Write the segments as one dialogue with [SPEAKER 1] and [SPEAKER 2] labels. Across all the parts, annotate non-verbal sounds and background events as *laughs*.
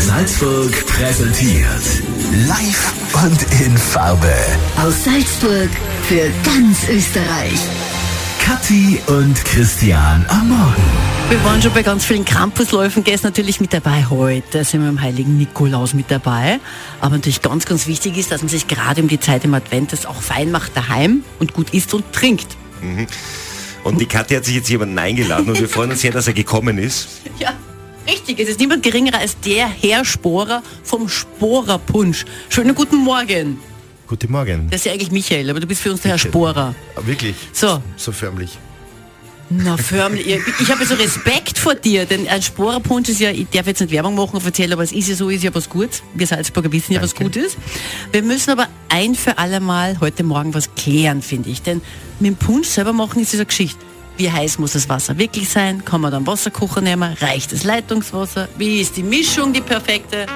[SPEAKER 1] Salzburg präsentiert. Live und in Farbe.
[SPEAKER 2] Aus Salzburg für ganz Österreich.
[SPEAKER 1] Kathi und Christian am Morgen.
[SPEAKER 3] Wir waren schon bei ganz vielen Krampusläufen, der ist natürlich mit dabei heute, sind wir im heiligen Nikolaus mit dabei. Aber natürlich ganz, ganz wichtig ist, dass man sich gerade um die Zeit im Advent das auch fein macht daheim und gut isst und trinkt.
[SPEAKER 4] Und die Katja hat sich jetzt jemanden eingeladen und wir freuen uns sehr, dass er gekommen ist.
[SPEAKER 3] Ja, richtig, es ist niemand geringerer als der Herr Sporer vom Sporerpunsch. Schönen guten Morgen.
[SPEAKER 5] Guten Morgen. Ah,
[SPEAKER 3] Das ist ja eigentlich Michael, aber du bist für uns der Herr Sporer.
[SPEAKER 5] Wirklich?
[SPEAKER 3] So.
[SPEAKER 5] So förmlich.
[SPEAKER 3] Na, förmlich. Ich habe so Respekt vor dir, denn ein Sporerpunsch ist ja, ich darf jetzt nicht Werbung machen, erzählen, aber es ist ja so, ist ja was Gutes. Wir Salzburger wissen ja, was gut ist. Wir müssen aber ein für alle Mal heute Morgen was klären, finde ich. Denn mit dem Punsch selber machen ist diese Geschichte. Wie heiß muss das Wasser wirklich sein? Kann man dann Wasserkocher nehmen? Reicht das Leitungswasser? Wie ist die Mischung die perfekte?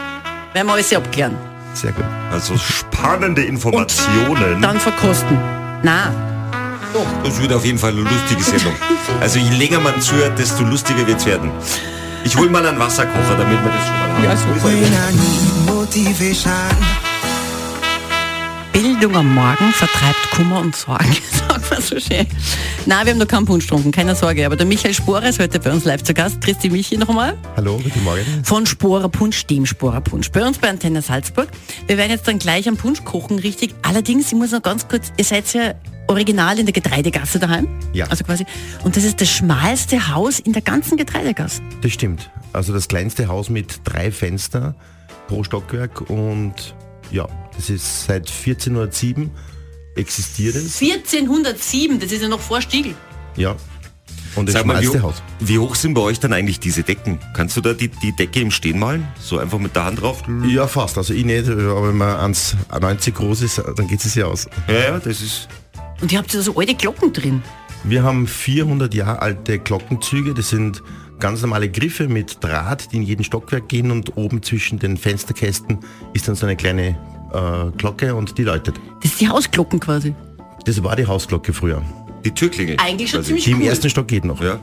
[SPEAKER 3] Werden wir alles abklären.
[SPEAKER 5] Sehr gut.
[SPEAKER 4] Also spannende Informationen.
[SPEAKER 3] Dann verkosten. Na,
[SPEAKER 4] Es wird auf jeden Fall eine lustige Sendung. Also je länger man zuhört, desto lustiger wird's werden. Ich hole mal einen Wasserkocher, damit man das schon mal haben. Ja,
[SPEAKER 6] When I need motivation,
[SPEAKER 3] Bildung am Morgen vertreibt Kummer und Sorgen. *laughs* Sagt man so schön. Na, wir haben noch keinen Punsch getrunken, keine Sorge. Aber der Michael Sporer ist heute bei uns live zu Gast. Christi Michi nochmal.
[SPEAKER 5] Hallo, guten Morgen.
[SPEAKER 3] Von Sporer Punsch, dem Sporer Punsch. Bei uns bei Antenne Salzburg. Wir werden jetzt dann gleich am Punsch kochen, richtig. Allerdings, ich muss noch ganz kurz, ihr seid ja original in der Getreidegasse daheim.
[SPEAKER 5] Ja.
[SPEAKER 3] Also quasi. Und das ist das schmalste Haus in der ganzen Getreidegasse.
[SPEAKER 5] Das stimmt. Also das kleinste Haus mit drei Fenster pro Stockwerk und ja, das ist seit 1407 existiert es.
[SPEAKER 3] 1407, das ist ja noch vor Stiegel.
[SPEAKER 5] Ja. Und das
[SPEAKER 4] Sag mal, wie,
[SPEAKER 5] schmalste
[SPEAKER 4] hoch-
[SPEAKER 5] Haus.
[SPEAKER 4] wie hoch sind bei euch dann eigentlich diese Decken? Kannst du da die, die Decke im Stehen malen? So einfach mit der Hand drauf?
[SPEAKER 5] Ja, fast. Also ich nicht, aber wenn man ans 90 groß ist, dann geht es ja aus.
[SPEAKER 4] Ja, ja, das ist...
[SPEAKER 3] Und ihr habt ja so alte Glocken drin.
[SPEAKER 5] Wir haben 400 Jahre alte Glockenzüge. Das sind ganz normale Griffe mit Draht, die in jeden Stockwerk gehen und oben zwischen den Fensterkästen ist dann so eine kleine äh, Glocke und die läutet.
[SPEAKER 3] Das ist die Hausglocken quasi.
[SPEAKER 5] Das war die Hausglocke früher.
[SPEAKER 4] Die Türklingel.
[SPEAKER 3] Eigentlich schon ziemlich
[SPEAKER 5] Die im
[SPEAKER 3] cool.
[SPEAKER 5] ersten Stock geht noch.
[SPEAKER 4] Ja.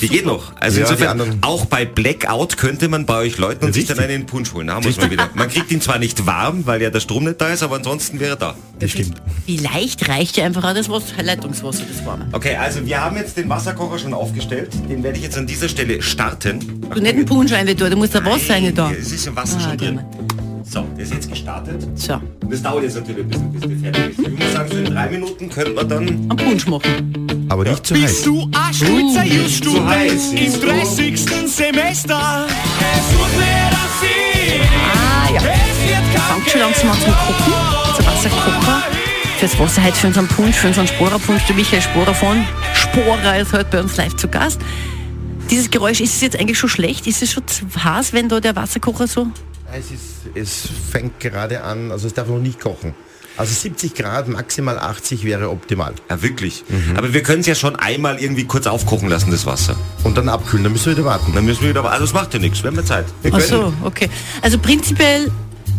[SPEAKER 4] Die geht noch. Also
[SPEAKER 5] Ja, die
[SPEAKER 4] insofern,
[SPEAKER 5] anderen-
[SPEAKER 4] auch bei Blackout könnte man bei euch läuten und sich dann
[SPEAKER 5] Richtig.
[SPEAKER 4] einen Punsch holen. Da haben wir mal wieder. Man kriegt ihn zwar nicht warm, weil ja der Strom nicht da ist, aber ansonsten wäre er da.
[SPEAKER 5] Das stimmt.
[SPEAKER 3] Vielleicht reicht ja einfach auch das Wasser, Leitungswasser, das warme.
[SPEAKER 4] Okay, also wir haben jetzt den Wasserkocher schon aufgestellt. Den werde ich jetzt an dieser Stelle starten.
[SPEAKER 3] Du nicht einen Punsch rein, da muss da Wasser rein da.
[SPEAKER 4] Nein, Es ist im Wasser
[SPEAKER 3] Ah,
[SPEAKER 4] schon drin.
[SPEAKER 3] dann
[SPEAKER 4] So, der ist jetzt gestartet.
[SPEAKER 3] So,
[SPEAKER 4] Und das dauert jetzt natürlich ein bisschen, bis der fertig ist. Ich muss sagen, so in drei Minuten könnte man dann...
[SPEAKER 3] einen Punsch machen.
[SPEAKER 5] Aber nicht zu
[SPEAKER 7] Bist
[SPEAKER 5] heiß.
[SPEAKER 7] du ein Schnitzer,
[SPEAKER 4] So heiß
[SPEAKER 7] Just-Student
[SPEAKER 4] ist
[SPEAKER 7] im
[SPEAKER 4] so.
[SPEAKER 7] 30. Semester? Es tut mir das
[SPEAKER 3] Ah ja. Fangt schon langsam an zum Kochen. Zum Wasserkocher. Fürs Wasser heute, für unseren Punsch, für unseren Sporerpunsch, der Michael Sporer von Sporer ist heute bei uns live zu Gast. Dieses Geräusch, ist es jetzt eigentlich schon schlecht? Ist es schon zu heiß, wenn da der Wasserkocher so...
[SPEAKER 5] Es, ist, es fängt gerade an, also es darf noch nicht kochen. Also 70 Grad, maximal 80 wäre optimal.
[SPEAKER 4] Ja, wirklich.
[SPEAKER 5] Mhm.
[SPEAKER 4] Aber wir können es ja schon einmal irgendwie kurz aufkochen lassen, das Wasser.
[SPEAKER 5] Und dann abkühlen, dann müssen wir wieder warten. ne?
[SPEAKER 4] Dann müssen wir wieder... Also es macht ja nichts, wir haben ja Zeit. Wir
[SPEAKER 3] Ach
[SPEAKER 4] können-
[SPEAKER 3] so, okay. Also prinzipiell,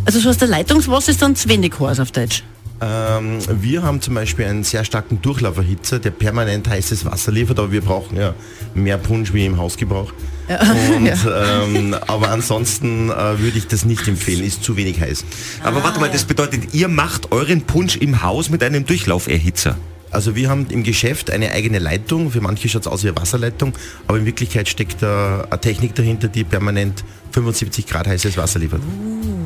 [SPEAKER 3] also so aus der Leitungswasser ist dann zu wenig heiß auf Deutsch.
[SPEAKER 5] Ähm, wir haben zum Beispiel einen sehr starken Durchlauferhitzer, der permanent heißes Wasser liefert, aber wir brauchen ja mehr Punsch wie im Hausgebrauch. *laughs* Und, ähm, aber ansonsten äh, würde ich das nicht empfehlen, ist zu wenig heiß.
[SPEAKER 4] Aber warte mal, das bedeutet, ihr macht euren Punsch im Haus mit einem Durchlauferhitzer.
[SPEAKER 5] Also wir haben im Geschäft eine eigene Leitung, für manche schaut es aus wie eine Wasserleitung, aber in Wirklichkeit steckt da eine Technik dahinter, die permanent 75 Grad heißes Wasser liefert.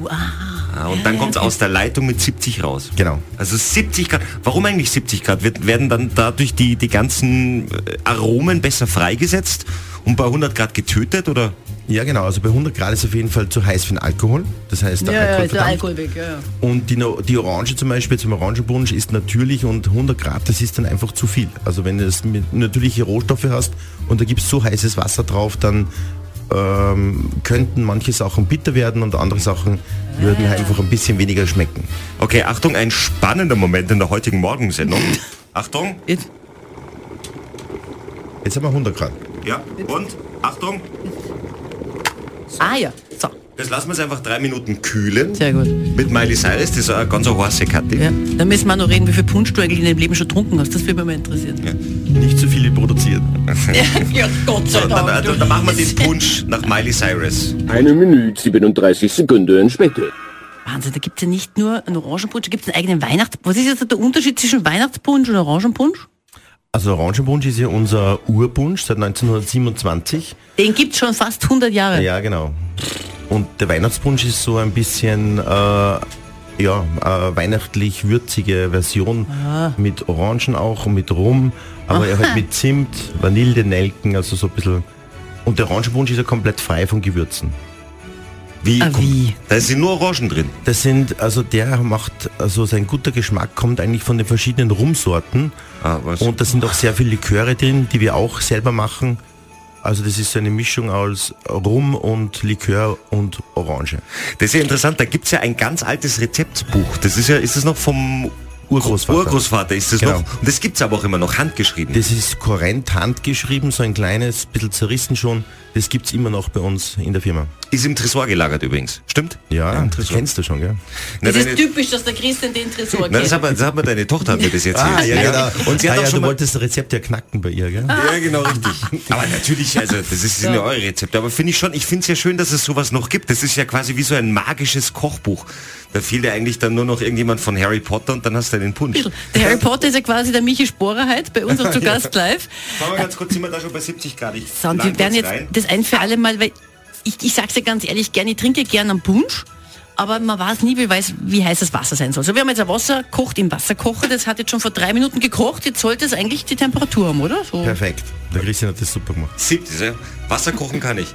[SPEAKER 4] Ah, und dann kommt es aus der Leitung mit 70 raus.
[SPEAKER 5] Genau.
[SPEAKER 4] Also 70 Grad. Warum eigentlich 70 Grad? Wird- Werden dann dadurch die, die ganzen äh, Aromen besser freigesetzt und bei 100 Grad getötet? Oder?
[SPEAKER 5] Ja genau, also bei 100 Grad ist auf jeden Fall zu heiß für den Alkohol. Das heißt, der Alkohol
[SPEAKER 3] also
[SPEAKER 5] verdampft.
[SPEAKER 3] weg, ja, ja.
[SPEAKER 5] Und die, No- die Orange zum Beispiel zum Orangenpunsch ist natürlich und 100 Grad, das ist dann einfach zu viel. Also wenn du es mit natürliche Rohstoffe hast und da gibst so heißes Wasser drauf, dann ähm, könnten manche Sachen bitter werden und andere Sachen würden einfach ein bisschen weniger schmecken.
[SPEAKER 4] Okay, Achtung, ein spannender Moment in der
[SPEAKER 3] *laughs*
[SPEAKER 4] heutigen Morgensendung. Achtung,
[SPEAKER 3] Jetzt,
[SPEAKER 5] Jetzt haben wir 100 Grad.
[SPEAKER 4] ja, und? Achtung.
[SPEAKER 3] ah ja, so.
[SPEAKER 4] Das lassen wir es einfach drei Minuten kühlen.
[SPEAKER 3] Sehr gut.
[SPEAKER 4] Mit Miley Cyrus, das ist eine ganz eine heiße Karte.
[SPEAKER 3] Ja. Dann müssen wir noch reden, wie viel Punsch du eigentlich in deinem Leben schon getrunken hast. Das würde mich mal interessieren.
[SPEAKER 5] Nicht zu viele produziert.
[SPEAKER 3] *laughs* Ja, Gott sei
[SPEAKER 4] Dann, dann, dann, dann machen wir den
[SPEAKER 5] *laughs*
[SPEAKER 4] Punsch nach Miley Cyrus.
[SPEAKER 8] Eine Minute 37 Sekunden später.
[SPEAKER 3] Wahnsinn, da gibt es ja nicht nur einen Orangenpunsch, da gibt es einen eigenen Weihnachts... Was ist jetzt der Unterschied zwischen Weihnachtspunsch und Orangenpunsch?
[SPEAKER 5] Also Orangenpunsch ist ja unser Urpunsch seit 1927.
[SPEAKER 3] Den gibt es schon fast 100 Jahre.
[SPEAKER 5] Ja, genau. Und der Weihnachtspunsch ist so ein bisschen äh, ja, äh, weihnachtlich würzige Version mit Orangen auch und mit Rum, aber er halt mit Zimt, Vanille, Nelken, also so ein bisschen. Und der Orangenpunsch ist ja komplett frei von Gewürzen.
[SPEAKER 4] Wie?
[SPEAKER 3] Ah, wie?
[SPEAKER 4] Da sind nur Orangen drin.
[SPEAKER 5] Das sind, also der macht, also sein guter Geschmack kommt eigentlich von den verschiedenen Rumsorten.
[SPEAKER 4] Ah, was?
[SPEAKER 5] Und da sind auch sehr viele Liköre drin, die wir auch selber machen. Also das ist so eine Mischung aus Rum und Likör und Orange.
[SPEAKER 4] Das ist ja interessant, da gibt es ja ein ganz altes Rezeptbuch. Das ist ja, ist das noch vom
[SPEAKER 5] Urgroßvater.
[SPEAKER 4] Urgroßvater ist das
[SPEAKER 5] Genau.
[SPEAKER 4] noch. Und das gibt es aber auch immer noch handgeschrieben.
[SPEAKER 5] Das ist korrent handgeschrieben, so ein kleines, bisschen zerrissen schon. Das gibt's immer noch bei uns in der Firma.
[SPEAKER 4] ist im Tresor gelagert übrigens. Stimmt?
[SPEAKER 5] Ja,
[SPEAKER 4] im
[SPEAKER 5] das
[SPEAKER 4] Tresor.
[SPEAKER 5] kennst du schon, gell?
[SPEAKER 4] Na,
[SPEAKER 3] Das ist
[SPEAKER 4] deine,
[SPEAKER 3] typisch, dass der Christian den Tresor
[SPEAKER 4] na, das,
[SPEAKER 3] kennt.
[SPEAKER 4] hat, mir- das hat mir deine Tochter hat mir
[SPEAKER 5] *laughs*
[SPEAKER 4] das jetzt
[SPEAKER 5] genau.
[SPEAKER 4] Und sie hat
[SPEAKER 5] ah,
[SPEAKER 4] auch
[SPEAKER 5] ja,
[SPEAKER 4] schon
[SPEAKER 5] du
[SPEAKER 4] mal
[SPEAKER 5] wolltest das Rezept ja knacken bei ihr, gell?
[SPEAKER 4] Ja, genau, richtig. *laughs* Aber natürlich, also das ist, sind ja eure Rezepte. Aber finde ich schon, ich finde es ja schön, dass es sowas noch gibt. Das ist ja quasi wie so ein magisches Kochbuch. Da fehlt ja eigentlich dann nur noch irgendjemand von Harry Potter und dann hast du den Punsch.
[SPEAKER 3] Bisschen. Der Harry Potter ist ja quasi der Michi Sporer heute, bei *laughs* uns auch zu Gast live.
[SPEAKER 4] Schauen wir ganz kurz, sind wir da schon bei 70 Grad? Ich
[SPEAKER 3] So, und wir werden jetzt das ein für alle Mal, weil ich, ich sag's dir ganz ehrlich, gerne, ich trinke gerne einen Punsch, aber man weiß nie, wie, weiß, wie heiß das Wasser sein soll. So, wir haben jetzt ein Wasser gekocht im Wasserkocher, das hat jetzt schon vor drei Minuten gekocht, jetzt sollte es eigentlich die Temperatur haben, oder? So.
[SPEAKER 5] Perfekt. Der Christian hat das super gemacht.
[SPEAKER 4] 70, ja. Wasser kochen kann ich.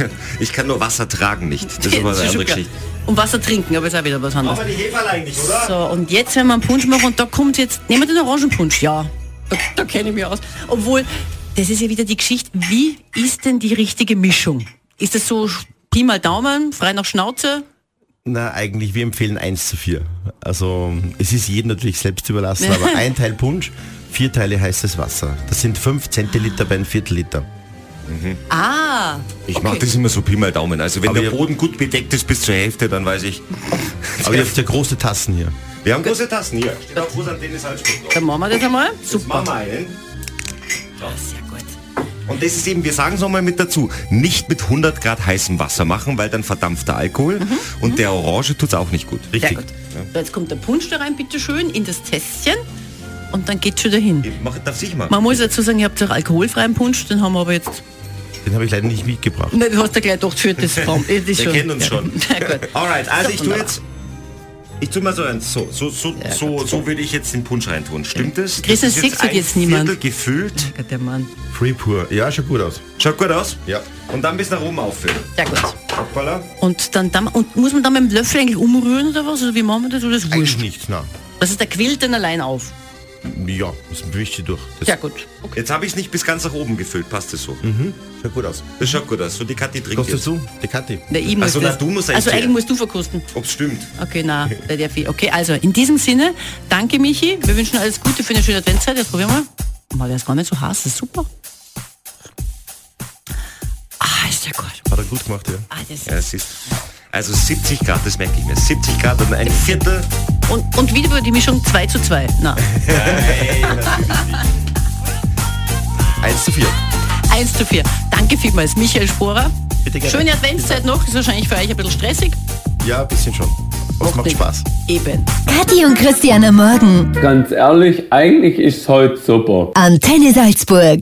[SPEAKER 4] *laughs* ich kann nur Wasser tragen nicht.
[SPEAKER 3] *laughs*
[SPEAKER 4] Das ist aber eine
[SPEAKER 3] schon
[SPEAKER 4] andere
[SPEAKER 3] klar.
[SPEAKER 4] Geschichte.
[SPEAKER 3] Und Wasser trinken, aber ist auch wieder was anderes.
[SPEAKER 4] die Heferlein nicht, oder?
[SPEAKER 3] So, und jetzt werden wir einen Punsch machen und da kommt jetzt, nehmen wir den Orangenpunsch, ja. Da, da kenne ich mich aus. Obwohl, das ist ja wieder die Geschichte, wie ist denn die richtige Mischung? Ist das so Pi mal Daumen, frei nach Schnauze?
[SPEAKER 5] Na, eigentlich, wir empfehlen 1 zu 4. Also es ist jedem natürlich selbst überlassen, aber *laughs* ein Teil Punsch, vier Teile heißes Wasser. Das sind 5 Zentiliter bei einem Viertel Liter.
[SPEAKER 3] Ah,
[SPEAKER 4] Ich mache das immer so Pi mal Daumen. Also wenn
[SPEAKER 5] Aber
[SPEAKER 4] der
[SPEAKER 5] ihr-
[SPEAKER 4] Boden gut bedeckt ist bis zur Hälfte, dann weiß ich. *laughs*
[SPEAKER 5] Aber ihr habt ja große Tassen hier.
[SPEAKER 4] Wir haben große Tassen hier. Steht auch groß an Dennis Halsspruch drauf.
[SPEAKER 3] dann machen wir das einmal. Super.
[SPEAKER 4] Mama einen.
[SPEAKER 3] Sehr gut.
[SPEAKER 4] Und das ist eben, wir sagen es nochmal mit dazu, nicht mit 100 Grad heißem Wasser machen, weil dann verdampft der Alkohol und der Orange tut's auch nicht gut.
[SPEAKER 3] Mhm. Sehr gut. So, jetzt kommt der Punsch da rein, bitteschön, in das Tässchen. Und dann geht's schon dahin.
[SPEAKER 4] Ich mach, darf ich mal?
[SPEAKER 3] Man muss dazu sagen, ihr habt auch alkoholfreien Punsch, den haben wir aber jetzt...
[SPEAKER 5] Den habe ich leider nicht mitgebracht.
[SPEAKER 3] Nein, du hast ja gleich gedacht, für das Baum. Das ist
[SPEAKER 4] Wir
[SPEAKER 3] schon-
[SPEAKER 4] kennen uns
[SPEAKER 3] Ja.
[SPEAKER 4] schon.
[SPEAKER 3] *laughs* Na gut.
[SPEAKER 4] Alright, also
[SPEAKER 3] So,
[SPEAKER 4] ich tue
[SPEAKER 3] wunderbar.
[SPEAKER 4] jetzt, ich tue mal so eins, so, so, so, so, so würde ich jetzt den Punsch reintun. Stimmt das?
[SPEAKER 3] Christian,
[SPEAKER 4] das ist
[SPEAKER 3] siehst du
[SPEAKER 4] ein
[SPEAKER 3] jetzt niemand?
[SPEAKER 4] Viertel gefüllt.
[SPEAKER 3] Danke, Der Mann.
[SPEAKER 5] Free pur. Ja, schaut gut aus.
[SPEAKER 4] Schaut gut aus.
[SPEAKER 5] Ja.
[SPEAKER 4] Und dann bis nach oben auffüllen.
[SPEAKER 3] Sehr gut.
[SPEAKER 4] Hoppala.
[SPEAKER 3] Und dann, dann und muss man dann mit dem Löffel eigentlich umrühren oder was? Oder wie machen wir das? Oder ist
[SPEAKER 5] Eigentlich
[SPEAKER 3] wurscht?
[SPEAKER 5] nicht, na.
[SPEAKER 3] Das ist der quillt dann allein auf.
[SPEAKER 5] Ja, das wischt ihr durch. Das
[SPEAKER 3] Sehr gut.
[SPEAKER 4] Jetzt habe ich es nicht bis ganz nach oben gefüllt. Passt das so?
[SPEAKER 5] schaut gut aus.
[SPEAKER 4] Das schaut gut aus. So, die Kathi trinkt
[SPEAKER 5] Kostet
[SPEAKER 4] jetzt.
[SPEAKER 5] so, die Kathi.
[SPEAKER 3] Na, ich muss
[SPEAKER 4] so, na,
[SPEAKER 3] das,
[SPEAKER 4] du musst eigentlich
[SPEAKER 3] also eigentlich
[SPEAKER 4] zuerst.
[SPEAKER 3] musst du verkosten.
[SPEAKER 4] Ob's stimmt.
[SPEAKER 3] Okay, na, der darf ich. Okay, also in diesem Sinne, danke Michi. Wir wünschen alles Gute für eine schöne Adventszeit. Jetzt probieren wir. Mal wäre es gar nicht so heiß. Das ist super. Ah, ist ja gut.
[SPEAKER 5] Hat er gut gemacht, ja.
[SPEAKER 3] Ah, das
[SPEAKER 4] Ja, es ist. Also 70 Grad, das merke ich mir. 70 Grad und ein Viertel.
[SPEAKER 3] und, und wieder die Mischung 2 zu 2.
[SPEAKER 5] *laughs*
[SPEAKER 3] Na,
[SPEAKER 5] Eins zu vier.
[SPEAKER 3] 1 zu 4. Danke vielmals, Michael Sporer.
[SPEAKER 5] Bitte gerne.
[SPEAKER 3] Schöne Adventszeit noch. Ist wahrscheinlich für euch ein bisschen stressig.
[SPEAKER 5] Ja, ein bisschen schon. Aber es macht Spaß.
[SPEAKER 3] Eben.
[SPEAKER 2] Kathi und Christian am Morgen.
[SPEAKER 9] Ganz ehrlich, eigentlich ist es heute super.
[SPEAKER 2] Antenne Salzburg.